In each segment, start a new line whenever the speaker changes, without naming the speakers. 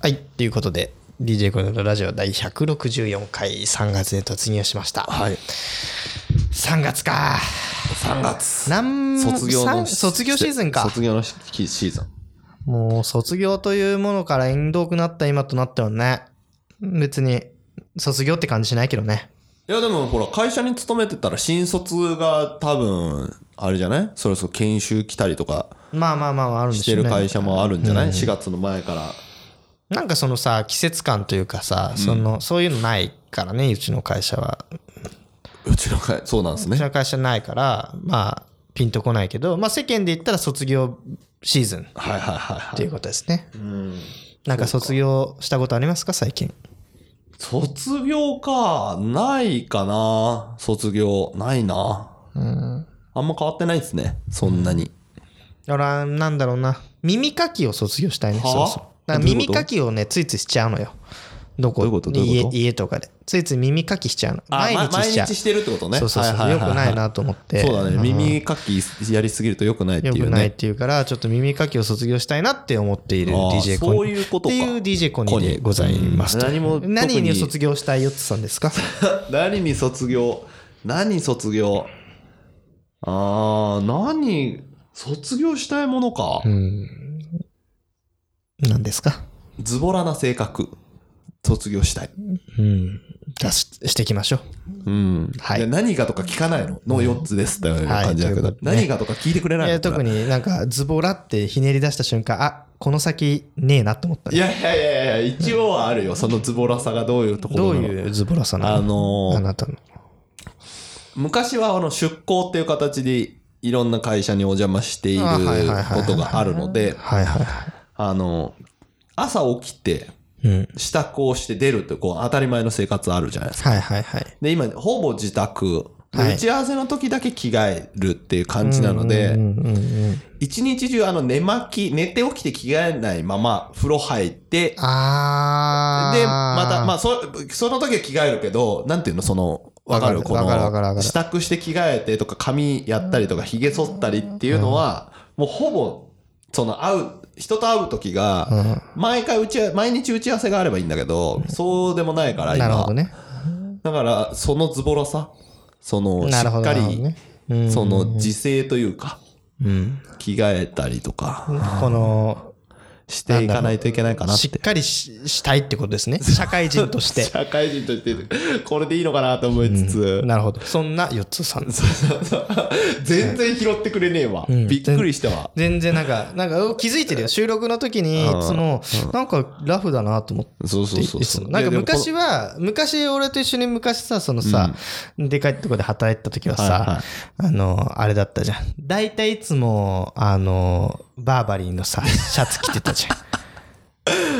はい、ということで、DJ コネのラジオ第164回、3月で突入しました。
はい。
3月か。
3月。
なん
卒業の
さん卒業シーズンか
卒業のシシーズン。
もう卒業というものから遠遠くなった今となったよね。別に、卒業って感じしないけどね。
いやでもほら、会社に勤めてたら新卒が多分、あれじゃないそれこそ研修来たりとか
まあまあまあ、あるんで
し
しょ
て
うね。
る会社もあるんじゃない ?4 月の前から。
なんかそのさ、季節感というかさ、その、そういうのないからね、うちの会社は。
うちの会、そうなんで
う
す
ち
ね。
の会社ないから、まあ、ピンとこないけど、まあ世間で言ったら卒業シーズンっ
はいはいはいは
て
い。
いうことですね。
うん。
なんか卒業したことありますか、最近。
卒業か、ないかな。卒業、ないな。
うん。
あんま変わってないですね。そんなに。
俺はなんだろうな耳かきを卒業したいね
は
そうそうだから
どういうこと
耳かきをねついついしちゃうのよどこ
どういうことどういう
家
こと
家とかでついつい耳かきしちゃうの
あ
毎
ま
日しちゃう、
毎日してるってことね。
そうそうそう、
はははは
よくないなと思って
そうだね。
ん
耳かきやりすぎると良くないってい
よ
う
くないっ
ね。
ていうからちょっと耳かきを卒業したいなって思っている
あー
DJ
そ
コ
う
ニー
いうこと
って
か
いう DJ コニーでございますと
コニーうん何も特に
何に卒業したいよってさんです か
何に卒業何卒業あー、何卒業したいものか
う。ん何ですか
ズボラな性格。卒業したい。
うん出ししていきましょう
うん。
はい
で何がとか聞かないのの4つですっていう感じだけ
は
ど
い。
何がとか聞いてくれない
い
の
や特になんかズボラってひねり出した瞬間あこの先ねえなと思った
いやいやいやいや、一応はあるよ。そのズボラさがどういうとこ
ど
ろ
う
なの
いうズボラさなの
あのー
あなたの
昔はあの出向っていう形でいろんな会社にお邪魔している
あはいはいはいはい
ことがあるので、
はいはいは
あの、朝起きて
いうん
支度をして出るってこう当たり前の生活あるじゃないですか。
はいはいはい
で、今ほぼ自宅、で
はい
打ち合わせの時だけ着替えるっていう感じなので、
うんうんうん
一日中あの寝巻き、寝て起きて着替えないまま風呂入って、
あー
で、また、まあ、そ、その時は着替えるけど、なんていうの、その、わかる
わか
こ
る
の
わかるわかるわか、る
支度して着替えてとか、髪やったりとか、髭剃ったりっていうのは、もうほぼ、その、会う、人と会う時が、
うん
毎回打ち合わ、毎日打ち合わせがあればいいんだけど、そうでもないから、
なる
今
ほど。ね
だから、そのズボラさ、その、し
なるほ
っ
ど
か
なるほど
り、
ねうん
その、自制というか、
うん
着替えたりとか、
この
していかないといけないかなっ。
しってかりししたいってことですね社会人とし て
社会人として、これでいいのかなと思いつつ、
なるほどそんな四つさんです
全然拾ってくれねえわ、
ん
びっくりしたわ
全然なんか、なんか気づいてるよ。収録の時に、いつも、なんかラフだなと思って。
そうそうそう
いつ
そう
もなんか
いやでもこの
昔は、昔俺と一緒に昔さ、そのさ、でかいとこで働いてた時は
はい
さ、あの、あれだったじゃん。大体いつも、あの、バーバリーのさ、シャツ着てたじ ゃ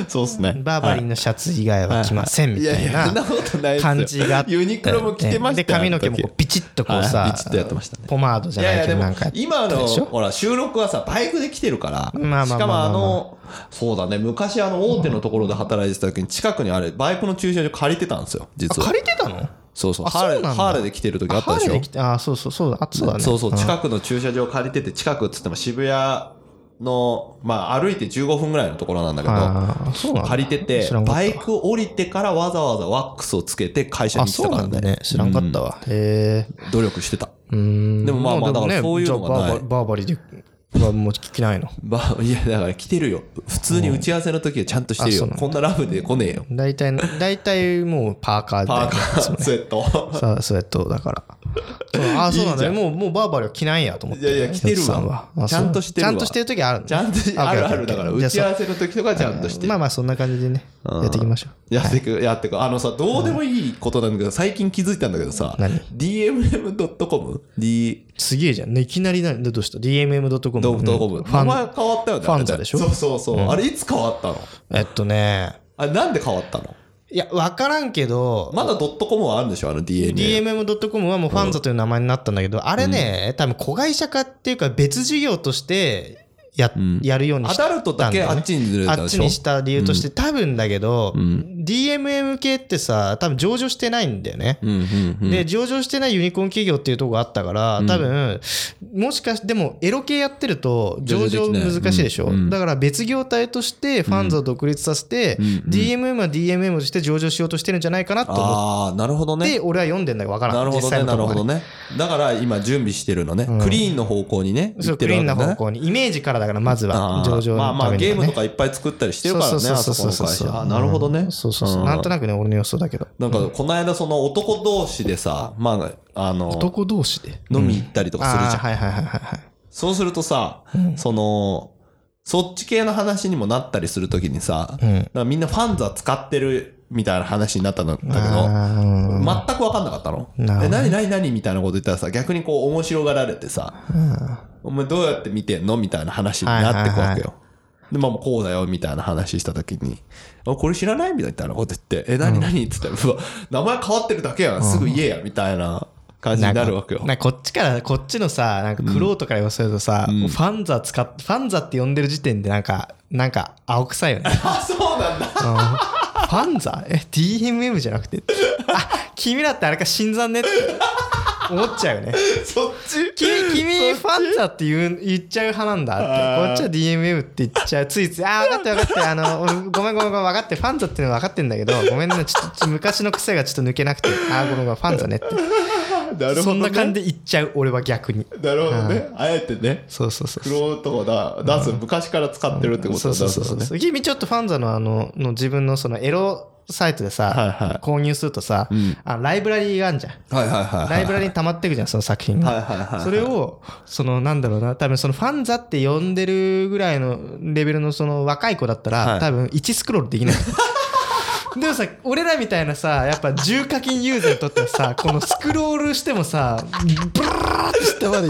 そうっすね
ん。バーバリー
はい
のシャツ以外は着ませんみた
いや
い
いやそんな
な
ことないですよ
感じがあって。
ユニクロも着てましたよ
で、髪の毛もこうピチッとこう
は
さ
いピチッとやってましたね、
ポマードじゃ
いやい
ない
や
け
で
ど、な
も
んかやって
今の
でしょ
ほら収録はさバイクで来てるから
まあまあまあまあ
しかもあのそうだね昔あの大手のところで働いてた時に近くにあれバイクの駐車場借りてたんですよ実
あ
は
借りてたの
そうそう
あそう
ハーレ
なん
ー
だ
ハーレーで来てる時あった
ハ
で
ー
し
レー
ょ
来てあそうそうそうだあそうだね
そうそう、近くの駐車場借りてて、近くっつっても渋谷の、まあ歩いて15分ぐらいのところなんだけ
あーそうなん
ど、
だ
借りてて
知らん、かった
バイク降りてからわざわざワックスをつけて会社
あ
に来
そ
た
う
か
な
ら
んだ
ね。
ね知らんかったわ、へえ
努力してた。
うーん
でもまあまあ
で
だからそういうのがない
じゃあバーバリバーバリではもう聞きないの
まあ、いや、だから来てるよ。普通に打ち合わせの時はちゃんとしてる
あそう
よ。
なん
こんなラフで来ねえよ。
大体大体もうパーカーで
パーカ ー、スウェット。
さあスウェットだからそうあそうなんだねもうもうバーバリは着ないんやと思って
いやいや着て
ヨッツ
るわ
さんはあ
ちゃんとしてるわ
そうちゃんとしてる時あるの
ちゃんと、
あ
あ
る
る
あ
あ
る
るだから、
じゃ
打
あそ
ち合わせの時とかちゃんとして
まあまあそんな感じでねやっていきましょう
やってく、やってく。あのさ、どうでもいいことなんだけど、最近気づいたんだけどさ、
何
DMM.com? D、
すげえじゃんねいきなり何どどうした DMM.com
ドームドー
うんフ
ム。
ァ
名
ン
前変わったよね。
ファンザでしょ
そうそうそう。あれいつ変わったの
えっとね、
あれなんで変わったの
いや、わからんけど、
まだドットコムはあるんでしょあの DNA。
DMM.com はもうファンザという名前になったんだけど、あれね、多分子会社化っていうか別事業としてや,、
ん
やるように
ア
した
ダ
んだよ
ルトだけあっちにずれ
あ
た
っ
で
ち
しょ
にした理由として、多分だけど、 DMM 系ってさ、多分上場してないんだよね。
うんうんうん
で、上場してないユニコーン企業っていうとこがあったから、多分、もしかして、でも、エロ系やってると、上場
上場できない
難しいでしょ
うんうん。
だから、別業態として、ファンズを独立させて、
うんうん
DMM は DMM として上場しようとしてるんじゃないかなと思っ
ああなるほどね
て、俺は読んでんだけど、わからん。
なるほ
実
ど
際
ね
の
な
とこ
る
は
ほどねだから今準備してるのね、
うん
クリーンの方向にね
そ
行
う
っ
ク
て
リ
る
ー
わ
ン
け
な
だ
方
ね
向にイメージからだからまずは
あー
上場
まあ
の
ま
た
あ
めに
ゲー
は
ムと
ね
かいっぱい作ったりしてるから
そ
ね
うそう
あ
そ
そうこ
そう
の
そう
会社あなるほどね、
そうそうそう、
ん
なんとなくね俺の予想だけど
なんかこの間その男同士でさまああの
男同士で
飲み行ったりとかするじゃん、
あーはいはいはいはいはい
そうするとさ、そのそっち系の話にもなったりするときにさ、だからみんなファンザ使ってるみたいな話になったんだけど
あ
全く分かんなかったの。
なるほど
え何何何みたいなこと言ったらさ逆にこう面白がられてさ、お前どうやって見てんのみたいな話になってく
は
わ
いはい
けよ。でまあ、こうだよみたいな話したときに「あこれ知らない?」みたいなこと言って「え何何?」っつって「うわ名前変わってるだけやんすぐ言えや」みたいな感じになるわけよ
ー。なんかこっちからこっちのさなんかクローとから言わせるとさ、ファンザ使っファンザって呼んでる時点でなんかなんか青臭い よね
あそうなんだ
ファンザえ DMM じゃなくてあ君らってあれか新参ねって思っちゃうよね
そっち
君、君、ファンザって言う言っちゃう派なんだって。こっちは DMM って言っちゃう。ついつい、ああ、 分かった分かった。あの、うんごめんごめんごめん、分かって、ファンザってのは分かってんだけど、ごめんな、ちょっと昔の癖がちょっと抜けなくて、ああ、ごめんごめん、ファンザねって。
なる
そ
ほど、
んな
ね。
感じで言っちゃう、俺は逆に。
なるほどね。あえてね、
そうそうそう
ク。ローとかだ、出す、昔から使ってるってこと
そ
だ
うそうそう
出すね
そう。君ちょっとファンザのあの、の自分のそのエロサイトで
はい
さ、
は
購入するとさ、あのライブラリーがあるじゃん。
い。はいはいはい。
ライブラリーに溜まっていくじゃん、その作品が。
はいはいはい。
それを、その、なんだろうな、多分そのファンザって呼んでるぐらいのレベルのその若い子だったら、
はい
多分1スクロール できない。でもさ、俺らみたいなさ、やっぱ重課金ユーザーにとってはさ、このスクロールしてもさ、ブラーって下まで、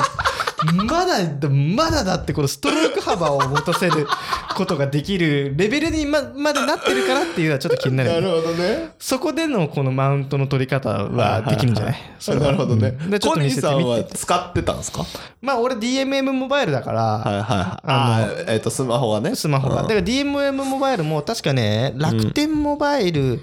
まだ、まだだってこのストローク幅を持たせることができるレベルにままでなってるからっていうのはちょっと気になるよ
な
ね。
るほどね。
そこでのこのマウントの取り方はできるんじゃないそれは
なるほどね
うんで。ちょっ
コ
と
ニ
見
ー
せて
さん
み
は
て。
使ってたんですか
まあ俺 DMM モバイルだから、
はいはいはい。あーえっと、スマホはね。
スマホが。だから DMM モバイルも確かね、楽天モバイル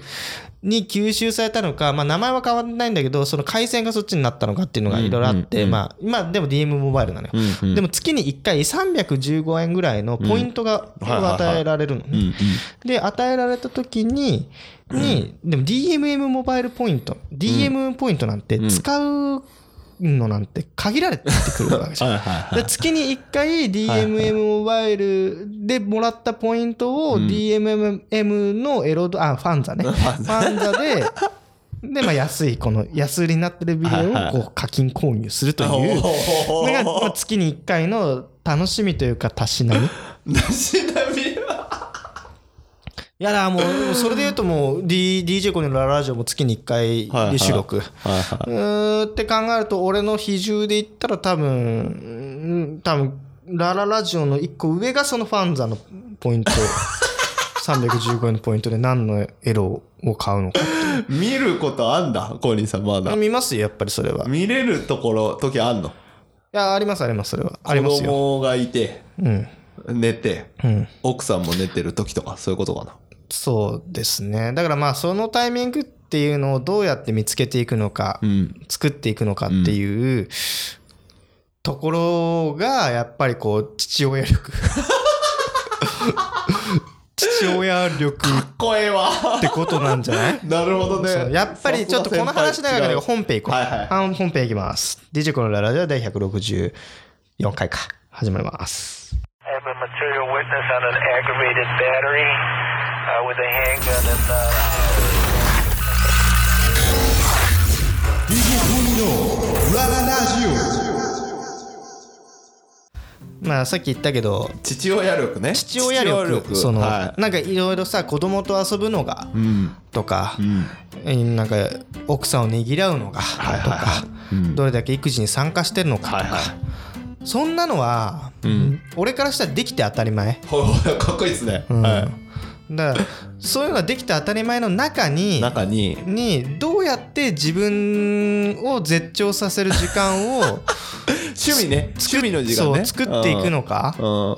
に吸収されたのか、まあ名前は変わらないんだけど、その回線がそっちになったのかっていうのがいろいろあって、まあ今でも DM モバイルなのよ。
うんうん
でも月に1回315円ぐらいのポイントが
うんはいはいはい
与えられるのね。
うんうん
で、与えられた時に、に、でも DMM モバイルポイント、DMM ポイントなんて使うのなんて限られてくるわけじゃん
は。いはいはい。
で月に1回 DMM モバイルでもらったポイントを DMM のエロド、あ、ファン ザね。ファンザで、で、まあ安い、この安売りになってるビデ
はい
オ
は
を
い
こう課金購入すると
お
いう、
ー
のがまあ月に1回の楽しみというか、たし なみ。
なしなみはい
やだ、もう、でもそれで言うともう、D、DJ コニーのラジオも月に1
はいは
回
い
収録。
はいは
うーんって考えると、俺の比重で言ったら多分、うん多分、ラララジオの1個上がそのファンザのポ イント。315円のポイントで何のエロを買うのか。
い。見ることあんだ、コニーさんまだ。
見ますよ、やっぱりそれは。い
見れるところ、時あんの
や、ありますあります、それは。あります
子
よ。
供がいて、
うん。
寝て、
うん。
奥さんも寝てる時とか、そういうことかな。
そうですね。だからまあ、そのタイミングっていうのをどうやって見つけていくのか。
うん。
作っていくのかっていう、ところがやっぱりこう父親 力父親力っ
声は。
てことなんじゃない
なるほど
そう
ね。
やっぱりちょっとこの話だから
違う
本編行こう、
はいはい
あ本編行きます DJ コロララジオ第164回か始まります
I have a material witness on an aggravated battery uh, with a handgun and. Uh
DJ コニーのラララジオ
まあさっき言ったけど
父親力ね。
父親力その、
はい。
なんかいろいろさ子供と遊ぶのが
うん。
とか、
うん。
えーなんか奥さんをねぎらうのがと
いはいは
か
うん
どれだけ育児に参加してるのか
はい
と
は
か
い。
そんなのは
ん
俺からしたらできて当たり前
ほいほいかっこいいですね。
うん
は
だからそういうのができて当たり前の中
い。
に
中に。
にどうやって自分を絶頂させる時間を
趣味ね。 趣味の時間
そう
ね。
作っていくのか
うん。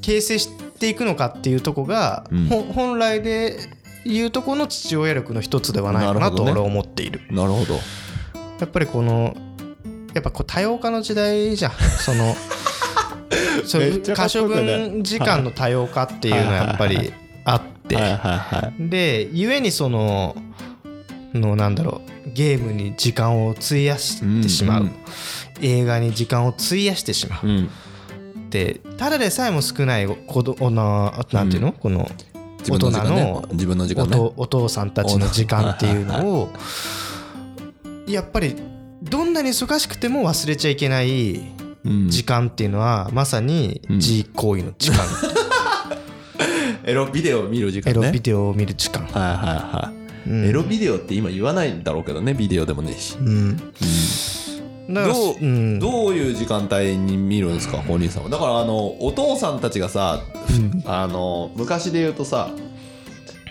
形成していくのかっていうとこが
うん
ほ本来でいうとこの父親力の一つではないかなと
なるほどね
俺は思っている
なるほど
やっぱりこのやっぱこう多様化の時代じゃんそ のそう
めっちゃか
可
っこよ
処
くない
分時間の多様化っていうのはやっぱりあって
はいはいはい
でゆえにそののなんだろうゲームに時間を費やしてしまう、
うんうん
映画に時間を費やしてしまう
うん
ってただでさえも少ない子供のなんていうの、この
自
大
分
人
の時間ね
の
自分の時
お
間ね
とお父さんたちの時間っていうのをやっぱりどんなに忙しくても忘れちゃいけない
うん
時間っていうのはまさに
うん
自行為の 時間、
エロビデオを見る時間
エ
ね
ロビデオを見る時間、
はいはいはい、
うん
エロビデオって今言わないんだろうけどねビデオでもねえし
うん、だから
どう
うん、
どういう時間帯に見るんですかお兄さんはだからあのお父さんたちがさ、あの昔で言うとさ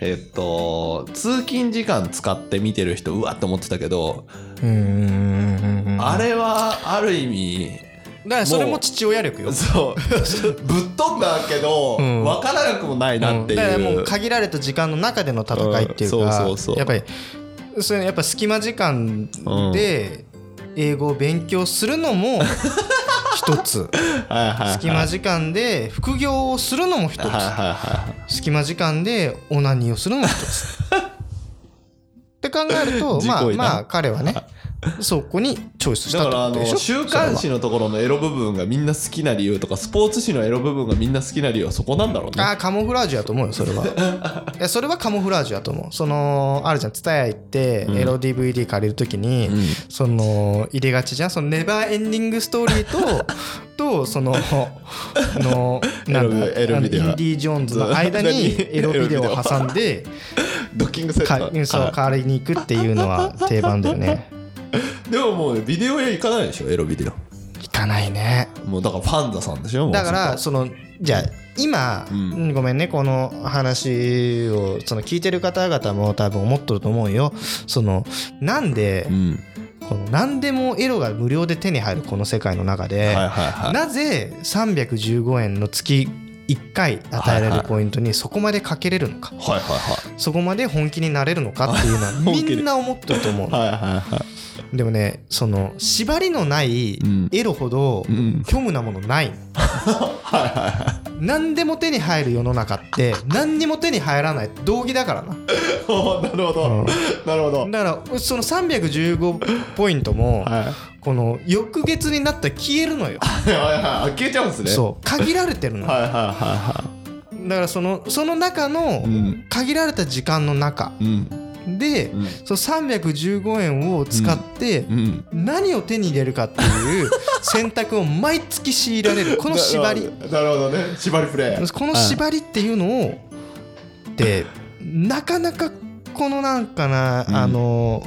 えっと通勤時間使って見てる人うわって思ってたけど、
うんうんうんうん
あれはある意味
だからそれも父親力よ
そうぶっ飛んだけど、
うん
分からなくもないなって
だから
い
も
う、
う限られた時間の中での戦いっていうか、
うんそうそうそう
やっぱりそれやっぱ隙間時間で英語を勉強するのも一つ
はいはいはい
隙間時間で副業をするのも一つ
はいはいはい
隙間時間でオナニーをするのも一つ って考えると
自己
まあ
意な
まあ彼はねそこにチョイスし
だ
た
か
って
らあ
ことでし
の
ょ
週刊誌
それは
のところのエロ部分がみんな好きな理由とかスポーツ誌のエロ部分がみんな好きな理由はそこなんだろうね
あーカモフラージュやと思うよそれ はいやそれはカモフラージュやと思うそのあるじゃん蔦屋行ってエロ DVD 借りるときに、その入れがちじゃんそのネバーエンディングストーリ ーととそののなんだ
エロ
あのイ
ビ
ンデ
デ
ィ・
オ
ージョーンズの間に
何
エロビデオを挟んで
ドッキングセッ
か
ト
そう借りに行くっていうのは定番だよね
でももうビデオ屋行かないでしょエロビデオ
行かないね
もうだからファンザさんでしょもう
だからそのじゃあ今、
ん
うんごめんねこの話をその聞いてる方々も多分思っとると思うよそのなんで、
うん
この何でもエロが無料で手に入るこの世界の中で、
はいはいはい
なぜ315円の月1回与えら
はい
れ
は
る
い
ポイントにそこまでかけれるのか、
はいはい
そこまで本気になれるのかっていうのは
本気で
みんな思ってると思うの、
はいはいはいはい
でもねその縛りのない
ん
エロほど
ん
虚無なものないの、何でも手に入る世の中って何にも手に入らない道義だからな
おーなるほどなるほど
だからその315ポイントも、
はい
この翌月になったら消えるのよ
はいはい消えちゃうんですね
そう限られてるの、
はいはいはいは
だからそのその中の
ん
限られた時間の中
いうん
で、
ん
その315円を使って、
うん
何を手に入れるかっていう 選択を毎月強いられるこの縛り
なるほどね縛りプレイ
この縛りっていうのをでなかなかこのなんかな、
ん
あの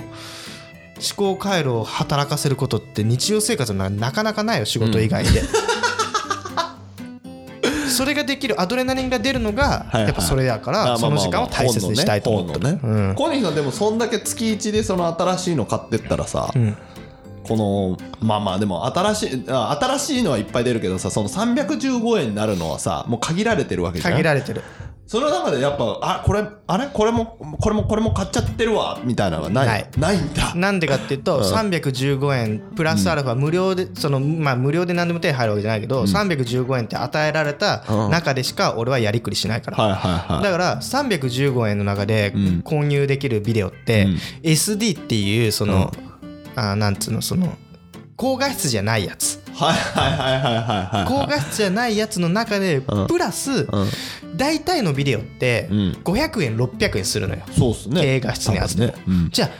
思考回路を働かせることって日常生活の中でなかなかないよ仕事以外で、 それができるアドレナリンが出るのが
いはい
やっぱそれやから、
あ
そ
まあま
の
あ
時間を大切にしたいと思ってる、
本のね本のね
うん
小西さんでもそんだけ月一でその新しいの買ってったらさ、
うん
このまあまあでも新しいあ新しいのはいっぱい出るけどさその315円になるのはさもう限られてるわけじゃん
限られてる
その中でやっぱあこれあれこれもこれもこれも買っちゃってるわみたいなのはない
ない
んだ
なんでかっていうと、315円プラスアルファ無料でその、まあ、無料で何でも手に入るわけじゃないけど、315円って与えられた中でしか俺はやりくりしないから、
はいはいはい
だから315円の中で購入できるビデオって、
うん
SD っていうその、あーなんつうのその高画質じゃないやつ
はいはいはいはいはいはい
高画質じゃないやつの中でプラス大体のビデオって
ん
500円600円するのよ
そうっすね
経営画質のやつでも
なんかねうん
じゃあ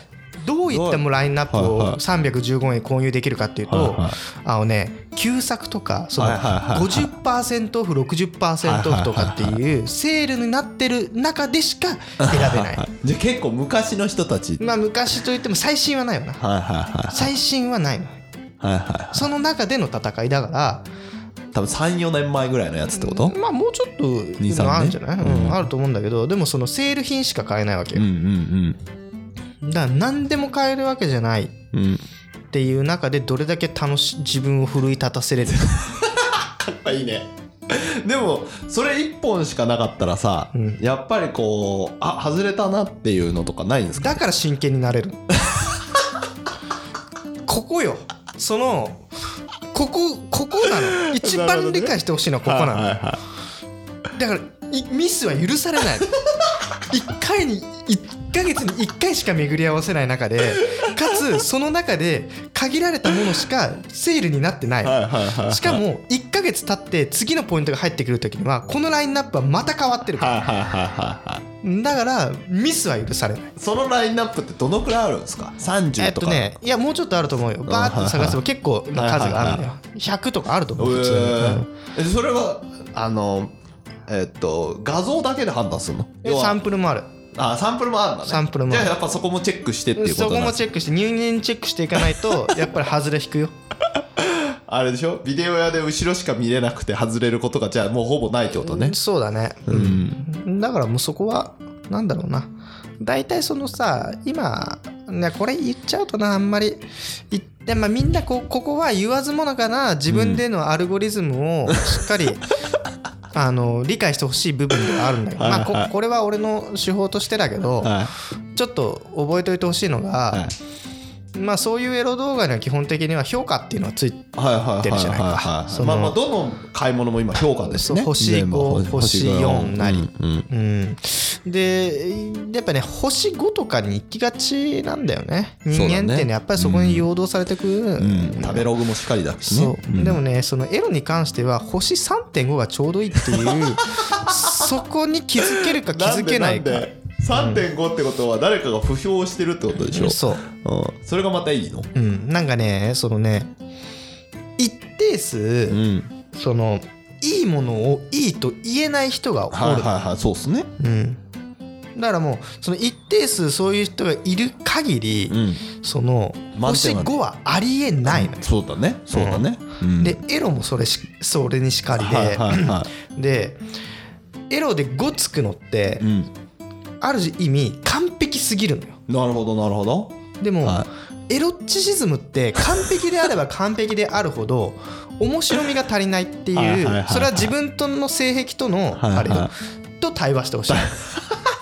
どういったもラインナップ
はい
を
はい
315円購入できるかっていうと
はいはい
あのね旧作とかその
はいはいはいはい
50%オフ60%オフとかっていうセールになってる中でしか選べな
はいいじゃあ結構昔の人たち
まあ昔といっても最新はないよな
はいは
最新はないの
いはいはいは
その中での戦いだから
い多分34年前ぐらいのやつってこと
まあもうちょっと
二三年
あるんじゃない、うん、あると思うんだけどでもそのセール品しか買えないわけ
うん
よ、
うん
だから何でも買えるわけじゃないっ
うんうん
ていう中でどれだけ楽し自分を奮い立たせれる
あいいねでもそれ1本しかなかったらさ、
うん
やっぱりこうあ外れたなっていうのとかないんですか
だから真剣になれるここよそのここここなの一
なるほど
番
ね
理解してほしいのはここなの、
はいはいはい
だからいミスは許されない一回に1ヶ月に1回しか巡り合わせない中でかつその中で限られたものしかセールになってない、
はいはいはい
しかも1ヶ月経って次のポイントが入ってくる時にはこのラインナップはまた変わってるか
はいはいはいはいはい
らだからミスは許されない
そのラインナップってどのくらいあるんですか
えっ
30と
と
か、
ねいやもうちょっとあると思うよバーッと探せ ば結構な数があるんだよ100とかあると思う普通にうん
えそれはあのえっと画像だけで判断するの
で
要は
サンプルもある
あサンプルもあるんだね
サンプルもあ
じ
る
ゃあやっぱそこもチェックしてっていうこ
そ
と
こ
なん
も
です
チェックして入念にチェックしていかない とやっぱり外れ引くよ
あれでしょビデオ屋で後ろしか見れなくて外れることがじゃあもうほぼないってことね
そうだね、
うん
だからもうそこはなんだろうな大体そのさ今、ね、これ言っちゃうとなあんまり言って、まあ、みんなこここは言わずもなかな自分でのアルゴリズムをしっかり、 あの理解してほしい部分ではあるんだけど、まあ、こ
はいはい
これは俺の手法としてだけど、
はい
ちょっと覚えておいてほしいのが、
はい
まあ、そういうエロ動画には基本的には評価っていうのはついて
はいはいはい
出るじゃないか
はいはい
その
まあまあどの買い物も今評価ですね
そう星
全部
五星四なり
うんうん
うん、でやっぱね星5とかに行きがちなんだよね人
そうだね
間ってねやっぱりそこに陽動されてくる、
うん食べログもしっかりだしね
そう、
ん
でもねそのエロに関しては星3.5がちょうどいいっていう そこに気づけるか気づけないか
んでなんで3.5ってことは誰かが不評してるってことでしょ
そう
うんそれがまたいいの
うんなんかねそのね一定数、
うん
そのいいものをいいと言えない人がおる、
はいはいはいそうっすね
うん、だからもうその一定数そういう人がいる限り、
うん
その
満
星
点はね
5はありえないのよ。
そうだねそうだねうん
でエロもそれしそれにしかりで、
はいはいは
でエロで5つくのって、
いうん
ある意味完璧すぎるのよ。
なるほどなるほど
でも、
は
エロチシズムって完璧であれば 完璧であるほど面白みが足りないっていう
はいはいはいはい
それは自分との性癖との
はいはい
あれよと対話して ほしい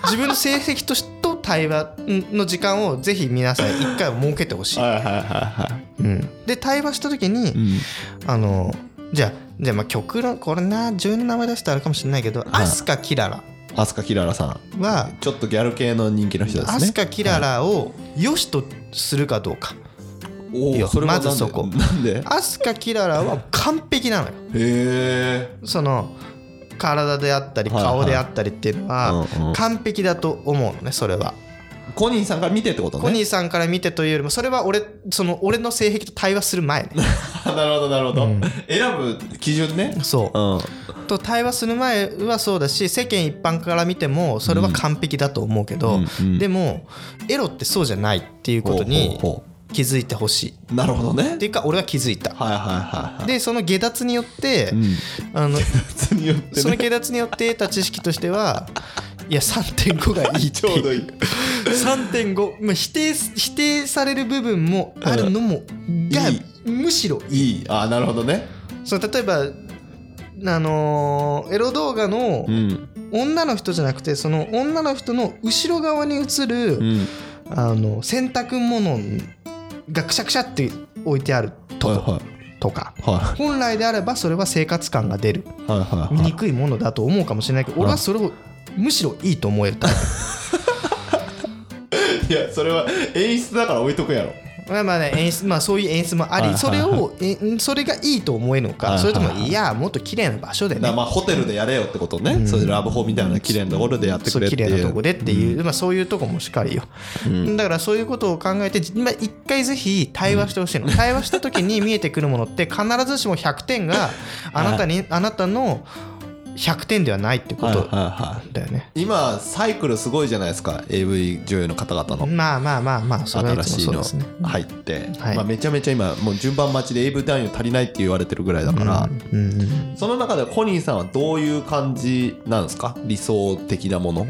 自分の性癖としと対話の時間をぜひ皆さん一回は設けてほしい、
はいはいはいは
うんで対話した時に、
いうん
あのじゃあじゃあまあ曲のこれな自分の名前出したらあれかもしれないけど、
はい
アスカキララ
アスカキララさん
は、
ちょっとギャル系の人気の人ですね
アスカキララを良しとするかどうか、
おーれはなんで
まずそこ
なんで
アスカキララは完璧なのよ
へえ
その体であったり
はいはい
顔であったりっていうのは
うんうん
完璧だと思うのねそれは
コニーさんから見てってことね
コニーさんから見てというよりもそれは俺その俺の性癖と対話する前ね
なるほどなるほど、選ぶ基準ね
そう
うん
と対話する前はそうだし世間一般から見てもそれは完璧だと思うけど、
うんうん
でもエロってそうじゃないっていうことに
ほうほうほ
気づいてほしいっ
うなるほどね
ていうか俺は気づいた
はいはいはいはい
でその下脱によって、
うん
あ の
別によって
その
ね
下脱によって得た知識としてはいや3.5がいいって
ちょうど
いう
いい
3.5、まあ、否定す否定される部分もあるのもが
い
むしろ
いいあなるほどね
その例えばあのーエロ動画の
うん
女の人じゃなくてその女の人の後ろ側に映る、
うん
あの洗濯物がくしゃくしゃって置いてあると
はい
こ
は
とか
いは
本来であればそれは生活感が出る
いはいはい
見
は
に
い
くいものだと思うかもしれないけど俺はそれをむしろいいと思える タイ
いやそれは演出だから置いとくやろ
プまあまあね演出まあそういう演出もあ
はい
り
はい
それをえそれがいいと思えるの
は
か
い
それとも
はいはい
いやもっと綺麗な場所で
だから
ね
まあホテルでやれよってことね、
ん
それでラブホみたいな綺麗なところでやって
そ
く
う
れって
綺麗
いう
なとこでっていう、まあ、そういうとこもしっかりよ、だからそういうことを考えてまあ一回ぜひ対話してほしいの、対話した時に見えてくるものって必ずしも100点が あなたに、あなたの100点ではないってこ
はいは
と
いはい
だよね、
今サイクルすごいじゃないですか AV 女優の方々の
まあまあまあまあそれはい
新
つも
しい
そう
の
ですね
入って、
はい
まあ、めちゃめちゃ今もう順番待ちで AV 男優足りないって言われてるぐらいだから、
うんうん
その中でコニーさんはどういう感じなんですか理想的なもの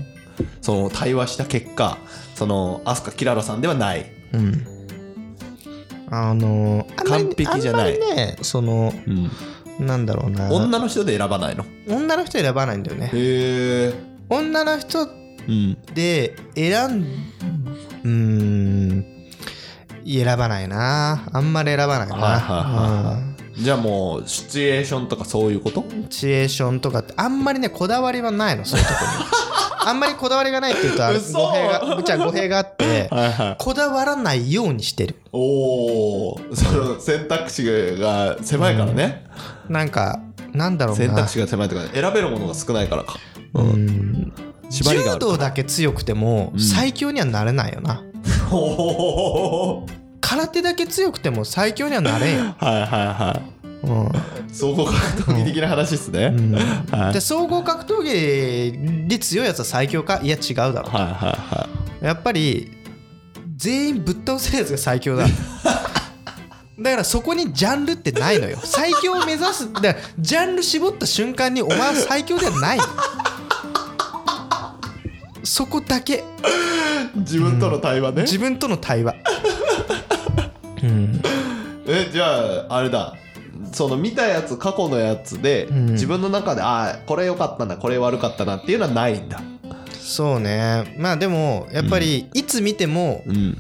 その対話した結果そのアスカキララさんではない、
うんあのーあんまり
完璧じゃない
あんまりねその
うん、
なんだろうな
女の人で選ばないの
女の人選ばないんだよね
へえ
女の人
うん
で選んうーん選ばないなあんまり選ばないな、
はいはいはいはい
うん
じゃあもうシチュエーションとかそういうこと
シチュエーションとかってあんまりねこだわりはないのそういう とこにあんまりこだわりがないっていうとあれ
嘘
語弊がじゃあ語弊があって
はいはい
こだわらないようにしてる
おおその選択肢が狭いからね、
なんかなんだろうな
選択肢が狭いとか選べるものが少ないからか
うん
縛りがあ
柔
る
道だけ強くても
うん
最強にはなれないよな、
お お
空手だけ強くても最強にはなれん よ、
はいはいは
うん
い総合格闘技的な話ですね、
うん
はい
で総合格闘技で強いやつは最強かいや違うだろ
はいはいは
やっぱり全員ぶっ倒せるやつが最 強だだからそこにジャンルってないのよ最強を目指すだからジャンル絞った瞬間にお前は最強ではないのそこだけ
い自分との対話ね、
自分との対話うん
えじゃああれだその見たやつ過去のやつで、
ん
自分の中でああこれ良かったなこれ悪かったなっていうのはないんだ
そうねまあでもやっぱりいつ見ても
うん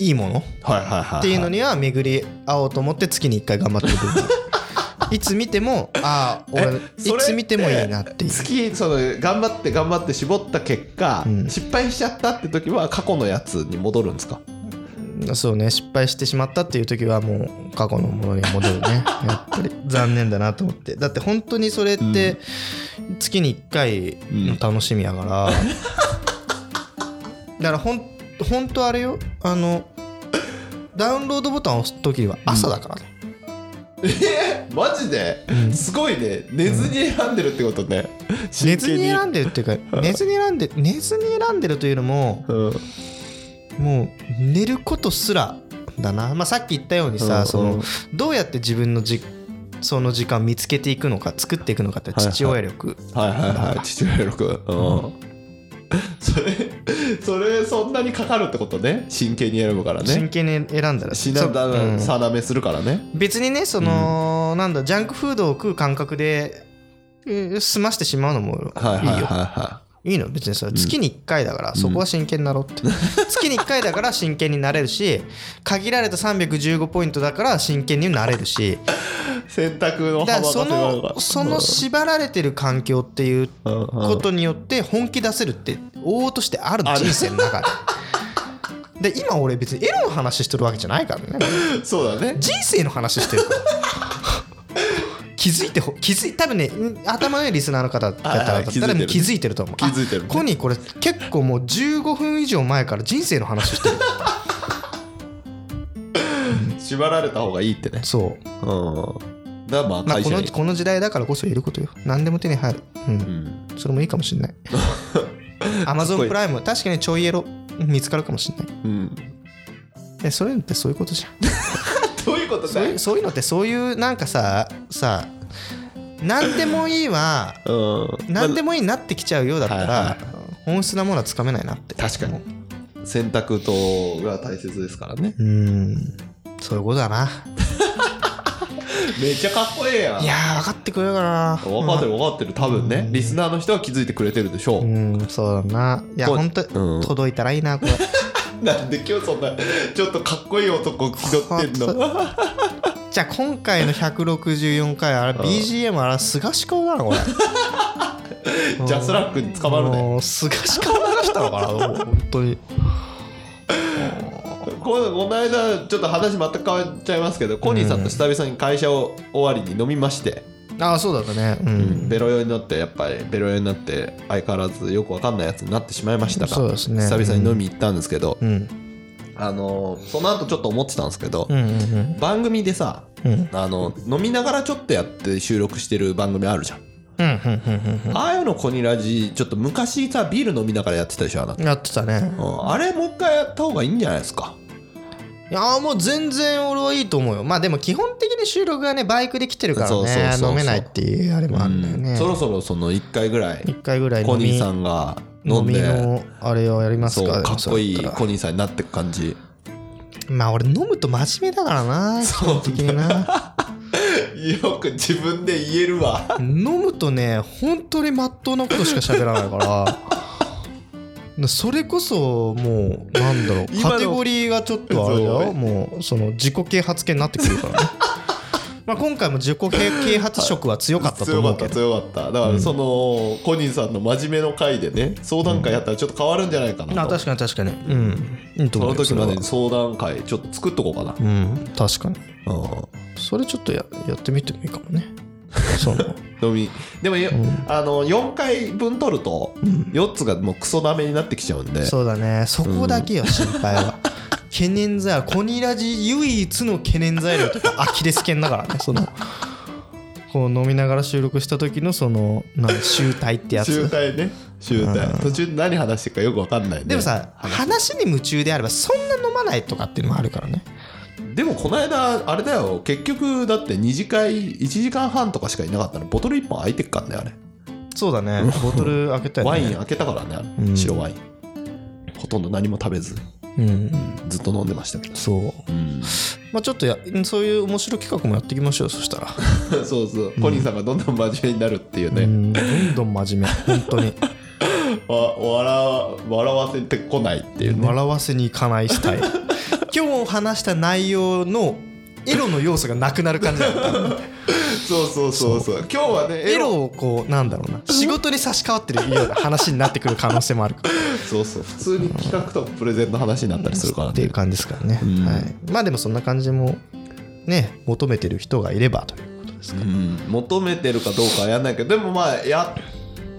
いいもの、
はいはいはい、は
っていうのには巡り合おうと思って月に1回頑張ってる いつ見てもああ俺い
それ
つ見てもいいなっていう
月その頑張って頑張って絞った結果、
うん
失敗しちゃったって時は過去のやつに戻るんですか
そうね失敗してしまったっていう時はもう過去のものに戻るね やっぱり残念だなと思ってだって本当にそれって月に1回の楽しみやから、だからほん本当あれよあのダウンロードボタンを押す時は朝だからね、
マジで、すごいね寝ずに選んでるってことね、
寝
真
ず
剣
に選んでるっていうか寝ずに選んで寝ずに選んでるというのも
うん
もう寝ることすらだな、まあ、さっき言ったように
うんう
さ、
ん
そのどうやって自分のじその時間見つけていくのか作っていくのかって
はいはい
父親力、
はいはいはい父親力うんそれそれそんなにかかるってことね真剣に選ぶから
真
ね
剣に選んだら
死なんだ
そうん
定めするからね
別にねその、なんだジャンクフードを食う感覚でえー済ましてしまうのもいいよ、
はいはいはいはい
いの別にそれ月に1回だからそこは真剣になろ うって月に1回だから真剣になれるし限られた315ポイントだから真剣になれるし
選択の
だから
幅
そ
が狭いか
の
ら
その縛られてる環境っていう
うんうん
ことによって本気出せるって往々としてあるの
ある
人生の中で。で今俺別にエロの話してるわけじゃないからね
そうだね
人生の話してるから気づいてほ気づい多分ねん頭のいいリスナーの方だったら
は
だ
いはい
っ
気
た
づいて
ら
るね
気づいてると思う
気づいてるね
あコニーこれ結構もう15分以上前から人生の話してる
縛られた方がいいってね
そ
うんだからまあ
う、まあ、
会
こ
社
の
に
この時代だからこそいることよ何でも手に入るうん
うん
それもいいかもしんない アマゾンプライム確かにちょいエロ見つかるかもしんない
うん
えそういうのってそういう ことじゃん
どういうこと
そう
だ
いうそういうのってそういうなんかささ何でもいいは
うん
何で
も
もいいなってきちゃうようだったら、
まあはい
本質なものはつかめないなって
確かに選択とが大切ですからね
うんそういうことだな
めっちゃかっこええやん
いやー分かってくれるかな
分かってる分かってる多分ねリスナーの人は気づいてくれてるでしょう
うんそうだないや
こう
本当、
うん
届いたらいいなこれ
なんで今日そんなちょっとかっこいい男気取っ てんの
じゃあ今回の164回あれ BGM あれ菅氏顔なのこ れ
ジャスラックに捕まるね
もう菅氏顔流したのかなもう本当に
このこの間ちょっと話全く変わっちゃいますけどコニーさんと久々に会社を終わりに飲みまして
ああそうだったねうん、
ベロ酔いになってやっぱりベロ酔いになって相変わらずよくわかんないやつになってしまいましたが
そうですね
久々に飲み行ったんですけど
うん、
あのその後ちょっと思ってたんですけど
うんうん
番組でさ
うんうん
あの飲みながらちょっとやって収録してる番組あるじゃん
うんうんうんうん
ああいうのコニラジちょっと昔さビール飲みながらやってたでしょあなた
うんやってたね
うんあれもう一回やった方がいいんじゃないですか
いやーもう全然俺はいいと思うよまあでも基本的に収録がねバイクで来てるからね
そうそうそうそう
飲めないっていうあれもあるんだよね
そろそろその1回ぐらい
一回ぐらい
コ
飲
ニ
み
ーさんが飲
飲
ん
み
で
のあれをやります
そう
か
かっこい
そ
いう
だった
コニーさんになってく感じ
らまあ俺飲むと真面目だからな基本的にな
よく自分で言えるわ。
飲むとね本当にまっとうなことしか喋らないからそれこそもうなんだろう
今の
カテゴリーがちょっとあれだ
そ
よ
う
もうその自己啓発系になってくる からねまあ今回も自己啓発色は強かったと
強
思
か
う
っ
け
た、
ど
強かった。だか
うん
ら、その、コニーさんの真面目の回でね、相談会やったらちょっと変わるんじゃないかなと。
あ確かに確かにうんいいと
そ
思
の
うよ
時までに
そ
相談会ちょっと作っとこうかな。
れはうん確かに
うん
それちょっとややってみてもいいかも ねその
飲みでもよ、あの4回分取ると4つがもうクソダメになってきちゃうんで
そうだねそこだけよ心配は懸念材料コニラジ唯一の懸念材料とかアキレス腱だから ねそのこう飲みながら収録した時のそのなん集大ってや
集
つ
大ね集大途中で何話してるかよく分かんないね
でもさ話に夢中であればそんな飲まないとかっていうのもあるからね
でもこの間あれだよ結局だって2次会1時間半とかしかいなかったのボトル1本空いてっかんねあれ
そうだねボトル開けたよね
ワイン開けたからねあれ
うん
白ワインほとんど何も食べず
うん
ずっと飲んでましたけど
そう
うん
まあちょっとやそういう面白い企画もやっていきましょうよそしたら
そうそうコニーさんがどんどん真面目になるっていう
う
ね
んどんどん真面目本当に
わ笑わ笑わせてこないっていうね
笑わせにいかないス タイル今日話した内容のエロの要素がなくなる感じだった
そうそうそうそう今日はね
エロをこうなんだろうな仕事に差し替わってるような話になってくる可能性もあ るか
そうそう普通に企画とかプレゼンの話になったりするからら
っていう
ね
感じですからね、
うん
はい、まあでもそんな感じもね求めてる人がいればということです
う
か、
ん求めてるかどうかはやんないけどでもまあや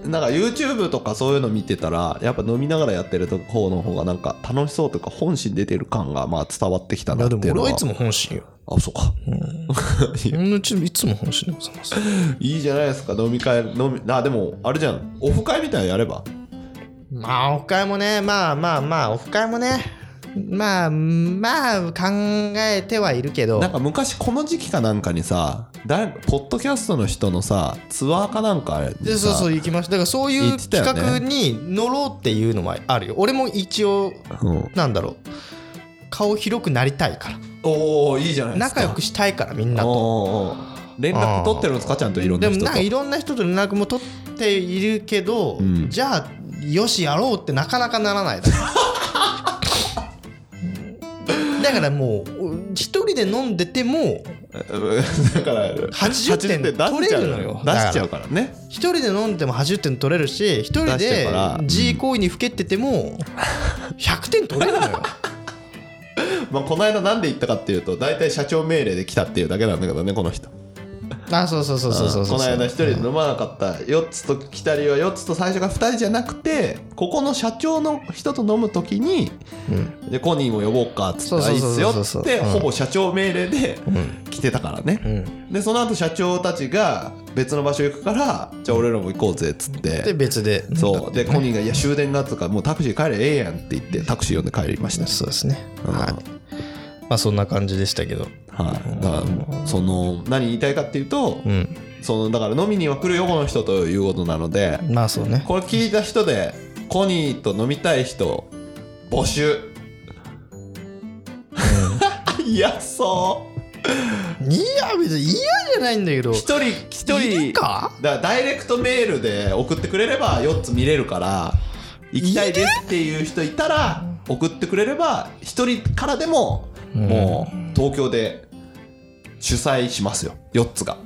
なんか YouTube とかそういうの見てたらやっぱ飲みながらやってる方の方がなんか楽しそうとか本心出てる感がまあ伝わってきた
い
な
や
って
で
い
も
う
俺
のは
はいつも本心よ
あそうか
うんうちいつも本心でございます
いいじゃないですか飲み会飲みあでもあれじゃんオフ会みたいなのやれば
まあオフ会もねまあまあまあオフ会もねまあまあ考えてはいるけど
なんか昔この時期かなんかにさ誰ポッドキャストの人のさツアーかなんかあれに
で
さ
そうそう行きましただからそうい
言
う
ってたよ
企
ね
画に乗ろうっていうのはあるよ俺も一応
うん
なんだろう顔広くなりたいから
おおいいじゃないですか
仲良くしたいからみんなと
おうおうおう連絡取ってるんですかちゃんといろん
で
な
も
人と
なんかいろんな人と連絡も取っているけど、
うん
じゃあよしやろうってなかなかならないだ ろだからもう一人で飲んでても
だから
80点
出しちゃう
取れるのよ
出しちゃうからね
一人で飲んでも80点取れるし一人
出して
で
からうん
G 行為にふけてて も100点取れるのよ
まあこの間なんで言ったかっていうと大体社長命令で来たっていうだけなんだけどねこの人
あそうそうそうそうそうそう
この間一人で飲まなかった4つと来たりは4つと最初が2人じゃなくてここの社長の人と飲む時に
うん
でコニーも呼ぼうかっつって
そう
あ
そ
いういっ
そう
す
そ
よ
うそう
っつって
うん
ほぼ社長命令で来てたからね
うん
でその後社長たちが別の場所行くからじゃあ俺らも行こうぜっつって
で別で
そうでコニーが「いや終電が」とか「もうタクシー帰れええやん」って言ってタクシー呼んで帰りましたし、
そうですね
うん
はいまあそんな感じでしたけど
はい、だからその何言いたいかっていうと、
うん
そのだから飲みには来るよこの人ということなので
まあそうね
これ聞いた人でコニーと飲みたい人募集 いやそう
いや別に嫌じゃないんだけど
一人一
い
人
るか
だからダイレクトメールで送ってくれれば4つ見れるから行きたいですっていう人いたら送ってくれれば1人からでも
うん
もう東京で主催しますよ4つが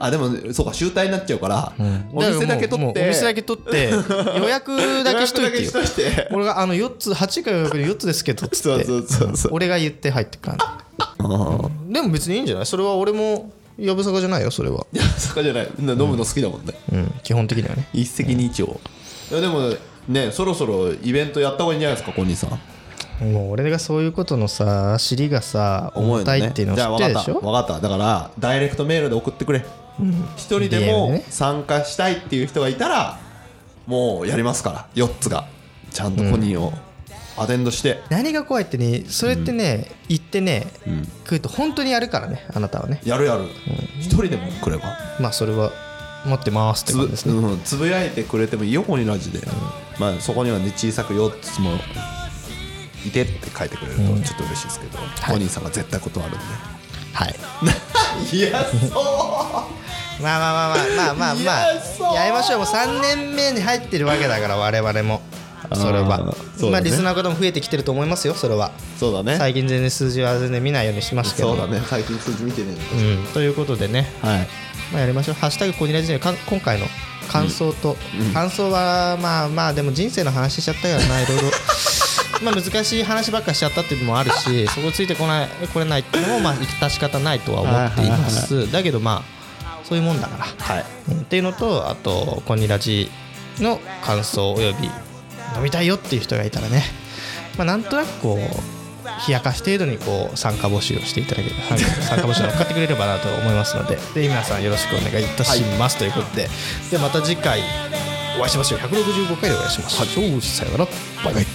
あでもそうか集大になっちゃうから、お店だけ取
もうもうお
って
店だけ取 って予約だけしといてよ
予約だけしといて
俺があの4つ8か予約で4つですけどっつっ
そう
て
そうそうそう
俺が言って入ってく感じでも別にいいんじゃないそれは俺もやぶさかじゃないよそれはい
やそこじゃないみんな飲むの好きだもんね、
うん基本的にはね
一石二鳥、いやでもねそろそろイベントやった方がいいんじゃないですかコニーさん
もう俺がそういうことのさ尻がさ
思
重たいっていうのを知ってるでし
じゃあ分かった
ょ
分かっただからダイレクトメールで送ってくれ一、人で
DM
も
ね
参加したいっていう人がいたらもうやりますから4つがちゃんとコニーをアテンドして、
何が怖いってねそれってね言ってね
うん
来ると本当にやるからねあなたはね
やるやる一、人でも来れば
まあそれは持ってますって
つ
こ
ぶ,、
とですね
うん、つぶやいてくれてもいいよコニーラジで、まあ、そこにはね小さく4つもいてって書いてくれるとちょっと嬉しいですけど、コニーさんが絶対断るんで
はい
いや
まあまあまあまあ
そ
まあまあ
いや
ま
そう
あやりましょうもう3年目に入ってるわけだから我々もそれ
あ
は
ーそう
ま
だね
あリスナー方も増えてきてると思いますよそれは
う そうだね
最近全然数字は全然見ないようにしてますけど
そうだね最近数字見てね
うん、ということでね、
はい
まあ、やりましょう「ハッシュタグコニラジでか今回の感想と、感想はまあまあでも人生の話しちゃったから ないろいろまあ難しい話ばっかしちゃったっていうのもあるしそこついてこないこれないっていうのもまあ致し方ないとは思っています、だけどまあそういうもんだから、
はい
うんっていうのとあとコニラジの感想および飲みたいよっていう人がいたらね、まあ、なんとなくこう冷やかし程度にこう参加募集をしていただければ参加募集を乗っかってくれればなと思いますのでで皆さんよろしくお願いいたします、ということででまた次回お会いしましょう165回でお会いしましょう、さよならバイバイ